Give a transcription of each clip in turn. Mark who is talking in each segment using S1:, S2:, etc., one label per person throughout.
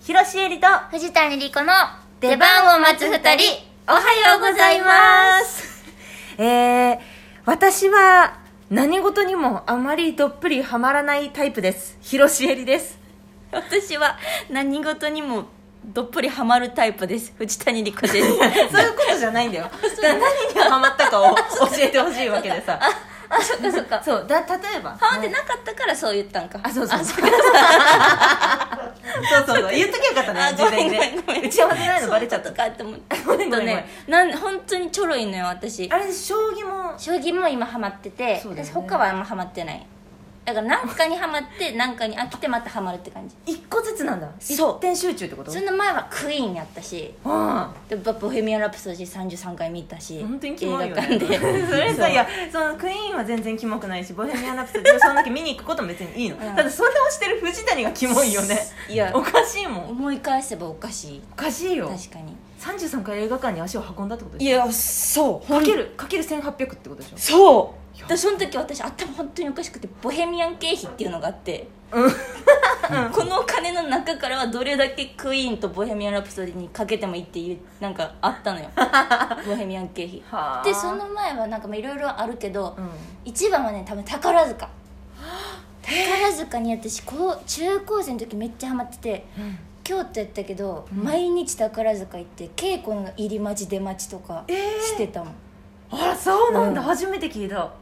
S1: 広瀬えりと
S2: 藤谷莉子の出番を待つ二人おはようございます
S1: す えー、私は何事にもあまりどっぷりはまらないタイプです広瀬えり です
S2: 私は何事にもどっぷりハマるタイプです藤谷莉子です
S1: そういうことじゃないんだ よだから何にハマったかを教えてほしいわけで さ
S2: あそっかそっか
S1: そうだ例えば
S2: ハマってなかったからそう言ったんか
S1: あそうそう
S2: あ
S1: そ
S2: そうっか
S1: そうそう言っときゃよかったね
S2: あ
S1: 事
S2: ご
S1: 前に
S2: めんごめんごめ
S1: ね
S2: ん
S1: 打ち合わせないのバレちゃった
S2: そういうことかって思って
S1: ごめんご
S2: と
S1: めんごめん
S2: ねなん本当にちょろいのよ私
S1: あれ将棋も
S2: 将棋も今ハマってて、
S1: そうだよね
S2: 私他はあんまハマってないだから何かにハマって何かに飽きてまたハマるって感じ
S1: 一個ずつなんだ
S2: そう
S1: 一点集中ってこと
S2: その前はクイーンやったし
S1: あ
S2: でボボヘミアン・ラプソディ33回見たし
S1: 本当にキモいよ、ね、
S2: 映画館 で
S1: それさ
S2: そう
S1: いやそのクイーンは全然キモくないしボヘミアン・ラプソディをそんだけ見に行くことも別にいいの、
S2: うん
S1: ただそれをしてる藤谷がキモいよね
S2: いや
S1: おかしいもん
S2: 思い返せばおかしい
S1: おかしいよ
S2: 確かに
S1: 33回映画館に足を運んだってことでしょ
S2: やそう
S1: かけるかける1800ってことでしょ
S2: そうだからその時私頭本当におかしくてボヘミアン経費っていうのがあって、 このお金の中からはどれだけクイーンとボヘミアン・ラプソディにかけてもいいっていうなんかあった のよボヘミアン経費
S1: はあ
S2: でその前はなんかまあいろいろあるけど、
S1: うん
S2: 一番はね多分宝 塚宝塚に私高中高生の時めっちゃハマってて京都やったけど、
S1: うん
S2: 毎日宝塚行って稽古の入り待ち出待ちとか
S1: えー
S2: してたもん、
S1: あらそうなんだ、
S2: うん
S1: 初めて聞いた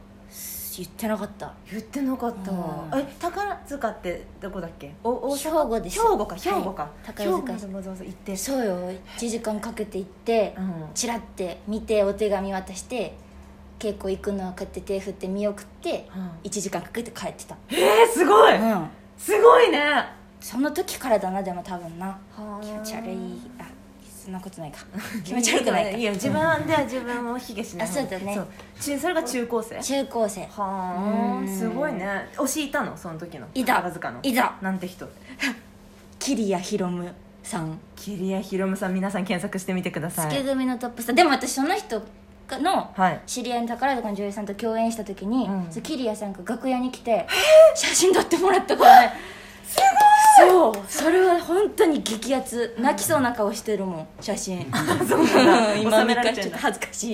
S2: 言ってなかった
S1: 言ってなかったわ、
S2: うん
S1: え宝塚ってどこだっけお大
S2: 兵
S1: 阪
S2: 庫です
S1: 兵庫か兵
S2: はい
S1: 庫か、兵
S2: 宝
S1: 庫ま
S2: 塚
S1: でわざわざ行って
S2: そうよ1時間かけて行って
S1: うん
S2: チラって見てお手紙渡して稽古行くのはこうやって手振って見送って
S1: うん
S2: 1時間かけて帰ってた、
S1: えー、すごい、
S2: うん、
S1: すごいね
S2: その時からだなでも多分な気持ち悪いあそんなこと ないか気持ち悪くないか
S1: いや自分では自分を卑下しない
S2: あそうだね
S1: そうちそれが中高生
S2: 中高生
S1: は
S2: う
S1: あ
S2: ん
S1: すごいね推しいたのその時の
S2: いた
S1: 宝塚の
S2: いた
S1: なんて人
S2: 桐谷博夢さん
S1: 桐谷ひろむさん皆さん検索してみてくださ
S2: 助
S1: い
S2: 組のトップスターでも私その人の
S1: はい
S2: 知り合いの宝塚の女優さんと共演した時に、
S1: うん
S2: そう桐谷さんが楽屋に来て 写真撮ってもらったからねすごいそうそれは本当に激アツ泣きそうな顔してるもん写真
S1: そうなんだ
S2: 今
S1: 収め
S2: 見
S1: ら
S2: 返
S1: れ
S2: し
S1: ちゃうん
S2: ちょっと
S1: だ
S2: 恥ずかし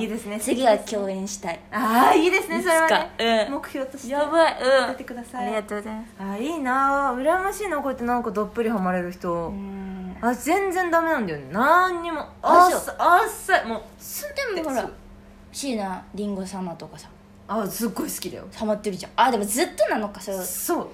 S1: いいですね
S2: 次は共演したい
S1: ああいいですねそれはね
S2: いつかうん
S1: 目標として
S2: やばいうん
S1: 出てください
S2: とうございます
S1: あいいなあ羨ましいなこうやってなんかどっぷりハマれる人
S2: うん
S1: あ全然ダメなんだよね何にも
S2: あ
S1: あ
S2: そう
S1: っさあっさいもう
S2: そんでもほら椎名林檎様とかさ
S1: あすっごい好きだよ
S2: ハマってるじゃんあでもずっとなのかそう
S1: そう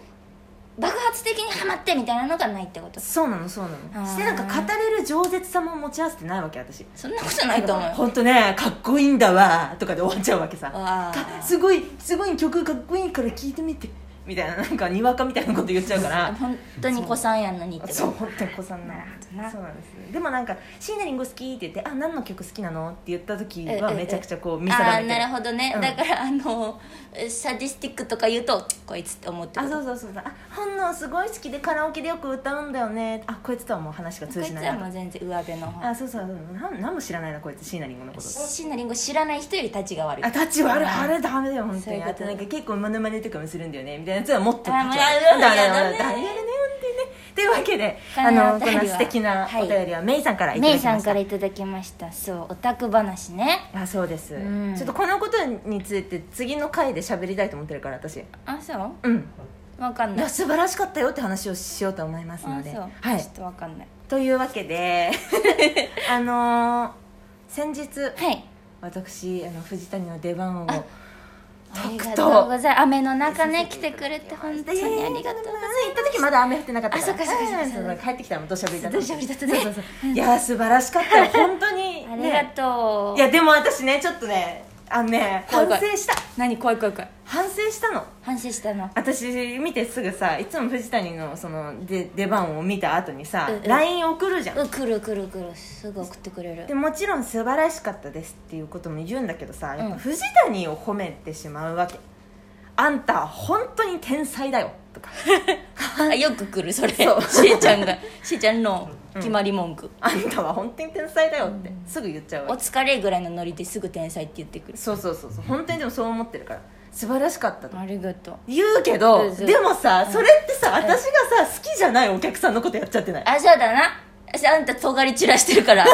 S2: 爆発的にハマってみたいなのがないってこと
S1: そうなのそうな
S2: あ
S1: の
S2: ー
S1: してなんか語れる饒舌さも持ち合わせてないわけ私
S2: そんなことないと思うよ
S1: 本当ねかっこいいんだわとかで終わっちゃうわけさ
S2: あ
S1: かすごいすごい曲かっこいいから聴いてみてみたいななんかにわかみたいなこと言っちゃうか
S2: あ
S1: ら
S2: 本当に子さんやのにってこと
S1: そう本当に子さんな
S2: な
S1: の
S2: るほどな
S1: そうなんですでもなんか「椎名林檎好き」って言って「あ何の曲好きなの?」って言った時は
S2: ええええ
S1: めちゃくちゃこう見せ
S2: あ
S1: ら
S2: あ
S1: れて
S2: なるほどね、
S1: うん
S2: だからあのサディスティックとか言うとこいつって思って
S1: あそう
S2: う
S1: そうそうそうあ本能すごい好きでカラオケでよく歌うんだよねあこいつとはもう話が
S2: こ
S1: 通
S2: い
S1: じ
S2: つ
S1: ない
S2: は
S1: な
S2: もう全然上辺の方
S1: あそうそうそうなん何も知らないなこいつ椎名林檎のこと
S2: 椎名林檎知らない人より立ちが悪い
S1: あ立ち悪いあれダメだよ本当
S2: そういう
S1: に
S2: こと
S1: あとなんか結構モノマネとかもするんだよねみたいなやつはもっと立ち
S2: あ
S1: 悪
S2: もう
S1: い
S2: やだ
S1: ダメだよ
S2: やだ
S1: ダメだよね本当にねというわけであ
S2: 他の
S1: の
S2: お便
S1: こ
S2: りは
S1: の素敵なお便りはメイさんからいただ
S2: メ
S1: き
S2: イ
S1: ました
S2: さんからいただきましたそうオタク話ね
S1: あそうです、
S2: うん
S1: ちょっとこのことについて次の回で喋りたいと思ってるから私
S2: あそう
S1: うん
S2: わかん
S1: い
S2: ない
S1: や素晴らしかったよって話をしようと思いますの
S2: あ
S1: で
S2: そう、
S1: は
S2: ちょ
S1: い
S2: っとわかんない
S1: というわけ であのー先日
S2: はい
S1: 私あの藤谷の出番を
S2: ああ
S1: と
S2: りが
S1: く
S2: と
S1: と
S2: うございます雨の中ね来てくれて本当にありがとうございます
S1: 行った時まだ雨降ってなかったから
S2: あそっかそっかそっか
S1: うんそう帰ってきたらもう土砂降りだった
S2: 土砂降りだったね
S1: そうそうそういやー素晴らしかった よ本当に
S2: ありが
S1: ね
S2: とう、
S1: いやでも私ねちょっとねあのね
S2: 怖い
S1: 反
S2: 怖い
S1: 省した
S2: 何怖い怖い怖い
S1: 反省したの
S2: 反省したの
S1: 私見てすぐさいつも藤谷のそので出番を見た後にさ
S2: うんうん
S1: LINE 送るじゃん
S2: うんくるくるくるすぐ送ってくれる
S1: でもちろん素晴らしかったですっていうことも言うんだけどさやっ
S2: うん
S1: ぱ藤谷を褒めてしまうわけ、あんた本当に天才だよと か
S2: あよく来るそれ
S1: そう
S2: しーちゃんが しーちゃんの決まり文句、
S1: あんたは本当に天才だよってすぐ言っちゃう
S2: お
S1: わけ
S2: 疲れぐらいのノリですぐ天才って言ってくる
S1: そうそうそうそう本当にでもそう思ってるから素晴らしかったと
S2: ありがとう
S1: 言うけど
S2: うん
S1: でもさそれってさ
S2: ん
S1: 私がさ好きじゃないお客さんのことやっちゃってない
S2: あそうだな私あんた尖り散らしてる から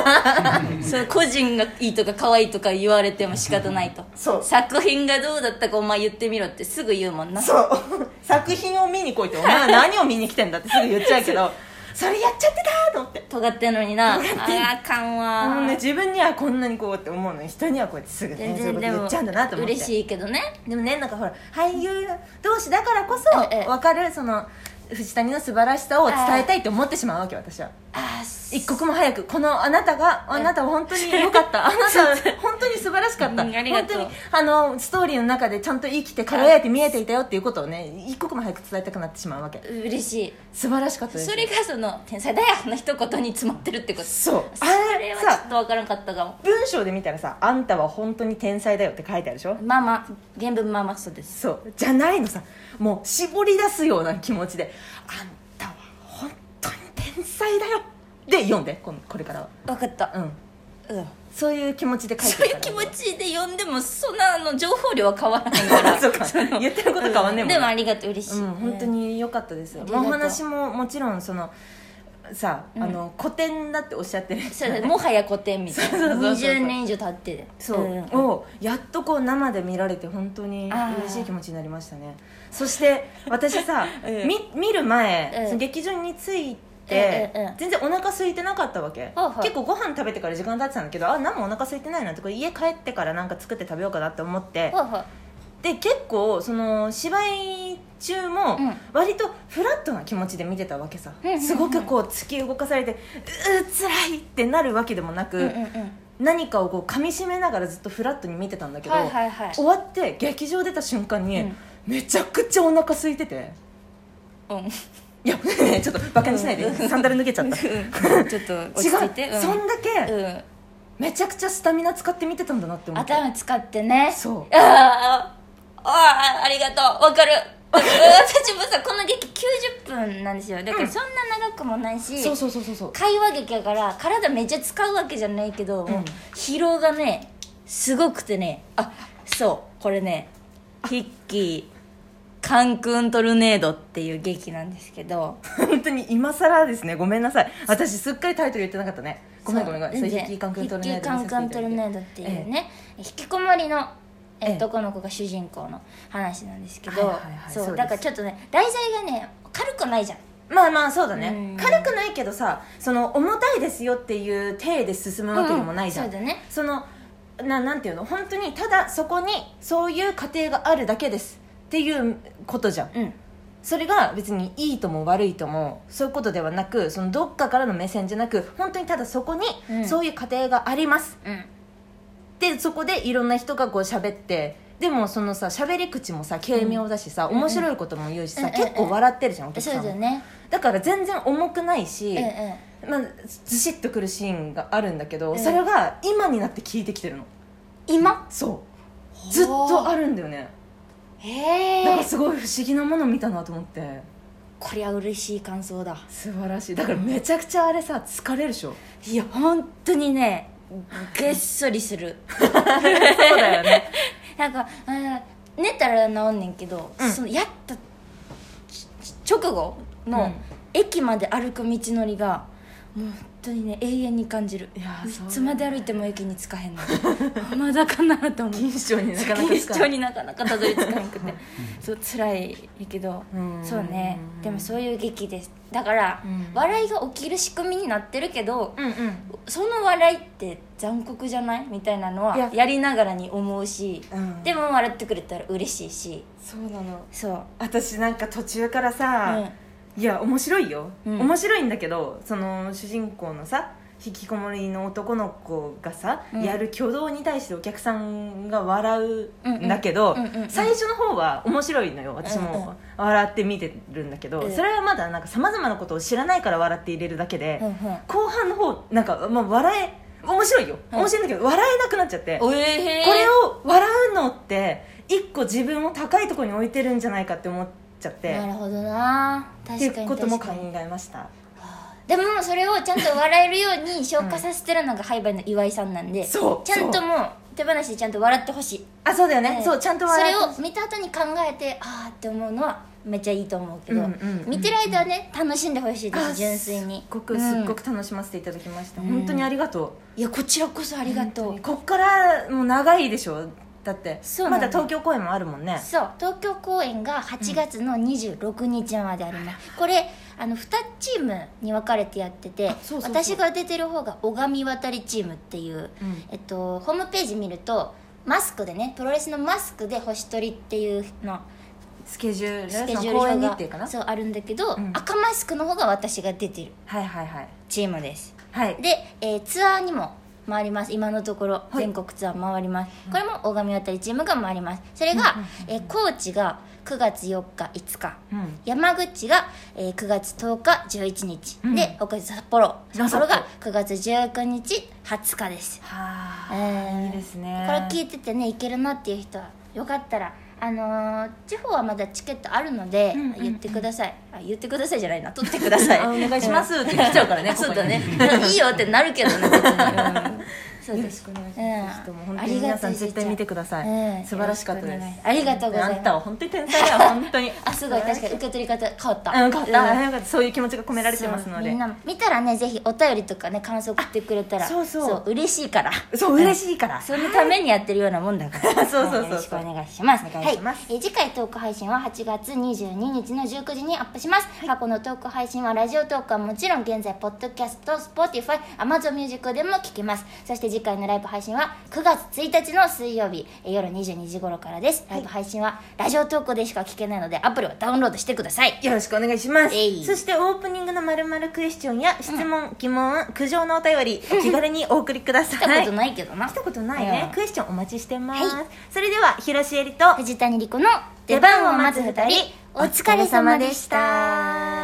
S2: そう個人がいいとか可愛いとか言われても仕方ないと
S1: そう
S2: 作品がどうだったかお前言ってみろってすぐ言うもんな
S1: そう作品を見に来いってお前 は何を見に来てんだってすぐ言っちゃうけどそれやっちゃってたと思って
S2: 尖ってんのになあ
S1: 尖ってん
S2: ーあかんわ
S1: もうね自分にはこんなにこうって思うのに人にはこうやってすぐね
S2: 全
S1: そういうこと
S2: 然で
S1: 言
S2: も
S1: っちゃうんだなと思って
S2: 嬉しいけどね
S1: でもねなんかほら俳優同士だからこ
S2: ええ
S1: そ分かるその藤谷の素晴らしさを伝えたいって思ってしまうわけ私は
S2: あー
S1: 一刻も早くこのあなたがあなたは本当に良かったあなたは本当に素晴らしかった
S2: うんあ
S1: 本
S2: りが
S1: 当
S2: とう
S1: にあのストーリーの中でちゃんと生きて輝いて見えていたよっていうことをね一刻も早く伝えたくなってしまうわけ
S2: 嬉しい
S1: 素晴らしかったです
S2: それがその「天才だよ」の一言に詰まってるってこと
S1: そう
S2: そ
S1: あ
S2: れ
S1: れ
S2: はちょっ
S1: さ
S2: と分からんかったかも
S1: 文章で見たらさ「あんたは本当に天才だよ」って書いてあるでしょ
S2: まあまあ原文まあまあそうです
S1: そうじゃないのさもう絞り出すような気持ちで「あんたは本当に天才だよ」で読んでこのこれからは
S2: 分かった
S1: うん
S2: うん
S1: そういう気持ちで書いて
S2: そ
S1: る
S2: うい
S1: か
S2: う
S1: ら
S2: 気持ちで呼んでもそんなあの情報量は変わらないか ら
S1: そうか言ってること変わんねえもんね
S2: でもありがとう嬉しい、
S1: うん、本当に良かったですよ、
S2: りが
S1: ま
S2: と
S1: あ
S2: う
S1: お話ももちろんそのさあ,、の古典だっておっしゃってる
S2: そうだねもはや古典みたい
S1: そうそ
S2: な
S1: うそうそう
S2: 20年以上経ってる
S1: そう、
S2: ん
S1: をやっとこう生で見られて本当に
S2: あー
S1: 嬉しい気持ちになりましたねそして私さ、
S2: うん
S1: み見る前、
S2: うん
S1: その劇場に着いて
S2: うんうんうん
S1: 全然お腹空いてなかったわけ、
S2: はいはい
S1: 結構ご飯食べてから時間経ってたんだけどあ何もお腹空いてないなってこれ家帰ってからなんか作って食べようかなって思って
S2: ほうほう
S1: で結構その芝居中も
S2: うん
S1: 割とフラットな気持ちで見てたわけさ、
S2: うんうんうん
S1: すごくこう突き動かされてうーつらいってなるわけでもなく、
S2: うんうんうん
S1: 何かをこう噛みしめながらずっとフラットに見てたんだけど、
S2: はいはいはい
S1: 終わって劇場出た瞬間に、
S2: うん
S1: めちゃくちゃお腹空いてて
S2: うん
S1: いやちょっとバカにしないで、
S2: うん
S1: サンダル抜けちゃ った違う、
S2: うんちょっと 落ち着いて
S1: そんだけ、
S2: うん
S1: めちゃくちゃスタミナ使って見てたんだなって思って
S2: 頭使ってね
S1: そう
S2: あーあーありがとうわ かるうん私もさこの劇90分なんですよだからそんな長くもないし、
S1: そうそうそうそうそう
S2: 会話劇やから体めっちゃ使うわけじゃないけど、もう疲労がねすごくてねあそうこれねヒッキー「カンクントルネード」っていう劇なんですけど
S1: 本当に今更ですねごめんなさい私すっかりタイトル言ってなかったねごめんごめんごめん
S2: そう
S1: ヒッキーカンクントルネード
S2: ヒッキーカンクントルネードっていうね、引きこもりのえ男の子が主人公の話なんですけど、
S1: はいはいはい
S2: そ
S1: そううです
S2: だからちょっとね題材がね軽くないじゃん
S1: まあまあそうだ
S2: う
S1: ね
S2: ん
S1: 軽くないけどさその重たいですよっていう体で進むわけでもないじゃん、
S2: うんそうだね
S1: そのななんていうの本当にただそこにそういう過程があるだけですっていうことじゃん
S2: うん
S1: それが別にいいとも悪いともそういうことではなくそのどっかからの目線じゃなく本当にただそこに
S2: うん
S1: そういう過程があります、
S2: うん
S1: でそこでいろんな人がこう喋ってでもそのさ喋り口もさ軽妙だしさ、面白いことも言うしさ、
S2: うん
S1: 結構笑ってるじゃん、お客
S2: そ
S1: さ
S2: うんだ
S1: も
S2: よね
S1: だから全然重くないし、
S2: うんうん
S1: まあ、ずしっとくるシーンがあるんだけど、
S2: うん
S1: それが今になって聞いてきてるの
S2: 今
S1: そうずっとあるんだよね
S2: へ
S1: だから
S2: え
S1: すごい不思議なもの見たなと思って
S2: こりゃ嬉しい感想だ
S1: 素晴らしいだからめちゃくちゃあれさ疲れるで しょ
S2: いや本当にねげっそりする
S1: そうだよね
S2: なんか、うん、寝たら治んねんけど、
S1: うん
S2: そのやったち直後の、
S1: うん
S2: 駅まで歩く道のりがもう本当にね永遠に感じる
S1: いやー
S2: い
S1: そう
S2: つま で歩いても駅に着かへんのまだかなと思う
S1: 錦糸町になかなか
S2: 錦
S1: つ
S2: 糸
S1: か
S2: 町
S1: ない
S2: になかなかたどり着かな くてそう辛いけど
S1: うん
S2: そうねでもそういう劇ですだから、
S1: うん
S2: 笑いが起きる仕組みになってるけど
S1: うんうん
S2: その笑いって残酷じゃないみたいなのはい
S1: や
S2: やりながらに思うし、
S1: うん
S2: でも笑ってくれたら嬉しいし
S1: そうなの
S2: そう、
S1: 私なんか途中から
S2: う
S1: さ、
S2: ん、
S1: いや面白いよ、
S2: うん
S1: 面白いんだけどその主人公のさ引きこもりの男の子がさ、
S2: うん
S1: やる挙動に対してお客さんが笑うんだけ
S2: う
S1: ど
S2: んうんうんうん
S1: 最初の方は面白いのよ私
S2: うんう
S1: も笑って見てるんだけど、
S2: うん
S1: それはまだなんかさまざまなことを知らないから笑って入れるだけで、
S2: うんうん
S1: 後半の方なんか、まあ、笑え面白いよ、
S2: うん
S1: 面白いんだけど笑えなくなっちゃって、こ
S2: おえへ
S1: れを笑うのって一個自分を高いところに置いてるんじゃないかって思っちゃって。
S2: なるほどな
S1: ってい
S2: 確か
S1: う
S2: に
S1: ことも
S2: 確
S1: 考
S2: かに
S1: えました
S2: でもそれをちゃんと笑えるように消化させてるのがハイバイの岩井さんなんで
S1: そう
S2: ちゃんともう手放しでちゃんと笑ってほしい
S1: あそうだよね、
S2: ええ
S1: そうちゃんと笑
S2: それを見た後に考えてああって思うのはめっちゃいいと思うけど、
S1: うんうんうん
S2: 見てる間はね楽しんでほしいで
S1: あ
S2: す純粋に
S1: すっごくすっご
S2: うん
S1: く楽しませていただきました、
S2: うん
S1: 本当にありがと
S2: いやこちらこそあ
S1: う
S2: りがとう、
S1: 本当にこっからもう長いでしょだって
S2: そうな
S1: ま
S2: んだ
S1: だ東京公演もあるもんね
S2: そう東京公演が8月の26日まであります、これあの2チームに分かれてやってて
S1: そうそうそう
S2: 私が出てる方が拝み渡りチームっていう、
S1: うん
S2: えっと、ホームページ見るとマスクでねプロレスのマスクで星取りっていうの
S1: スケジュール
S2: スケジ
S1: そ
S2: ュー
S1: の
S2: ル
S1: 公
S2: 表
S1: 演日
S2: が
S1: 程かな
S2: そうあるんだけど、
S1: うん
S2: 赤マスクの方が私が出てる
S1: はいはいはい
S2: チームです
S1: はい
S2: で、えーツアーにも回ります今のところ
S1: い
S2: 全国ツアー回ります、これも大神渡りチームが回りますそれが、えー高知が9月4日5日
S1: うん
S2: 山口が、えー9月10日11日、
S1: うん
S2: で北海道札幌
S1: な
S2: 札幌
S1: 札
S2: が9月19日20日です
S1: は
S2: え
S1: あ、
S2: ー
S1: いいですね
S2: これ聞いててねいけるなっていう人はよかったらあのー地方はまだチケットあるので、
S1: うんうんうん
S2: 言ってくださいあ言ってくださいじゃないな取ってくださ い
S1: あお願いしますって来ちゃうからね
S2: あ そう
S1: ここ
S2: だ
S1: に
S2: ねいいよってなるけど ね別に、うんそう
S1: よ
S2: で
S1: ろ
S2: す
S1: しくお願いし
S2: うん
S1: ます、ちょっともう本当に皆さん絶対見てください、
S2: うん
S1: 素晴らしかったで
S2: よ
S1: す
S2: ろしくお願いありがとうございます
S1: あんたは本当に天才だよ本当に
S2: あすごい確かに受け取り方変わった
S1: うんよかった、
S2: うん
S1: よかったそういう気持ちが込められてますの
S2: そう
S1: で
S2: みんなも見たらねぜひお便りとかね感想送ってくれたら
S1: あそうそう
S2: 嬉しいから
S1: そう嬉しいから、
S2: そのためにやってるようなもんだか ら
S1: そうそうそうそう
S2: よろしくお願いします
S1: お願いします
S2: はい、えー次回トーク配信は8月22日の19時にアップします、過去のトーク配信はラジオトークはもちろん現在ポッドキャスト Spotify AmazonMusic でも聞けますそして次回のライブ配信は9月1日の水曜日えー夜22時頃からですライブ配信はラジオトークでしか聞けないのでアプリをダウンロードしてください
S1: よろしくお願いします
S2: えい
S1: そしてオープニングのまるまるクエスチョンや質問、疑問苦情のお便り気軽にお送りくださ
S2: 来
S1: い
S2: たことないけどな、
S1: 来たことないね、
S2: うん
S1: クエスチョンお待ちしてます、
S2: はい
S1: それでは広瀬えりと
S2: 藤谷莉子の出番を待つ二人お疲れ様でした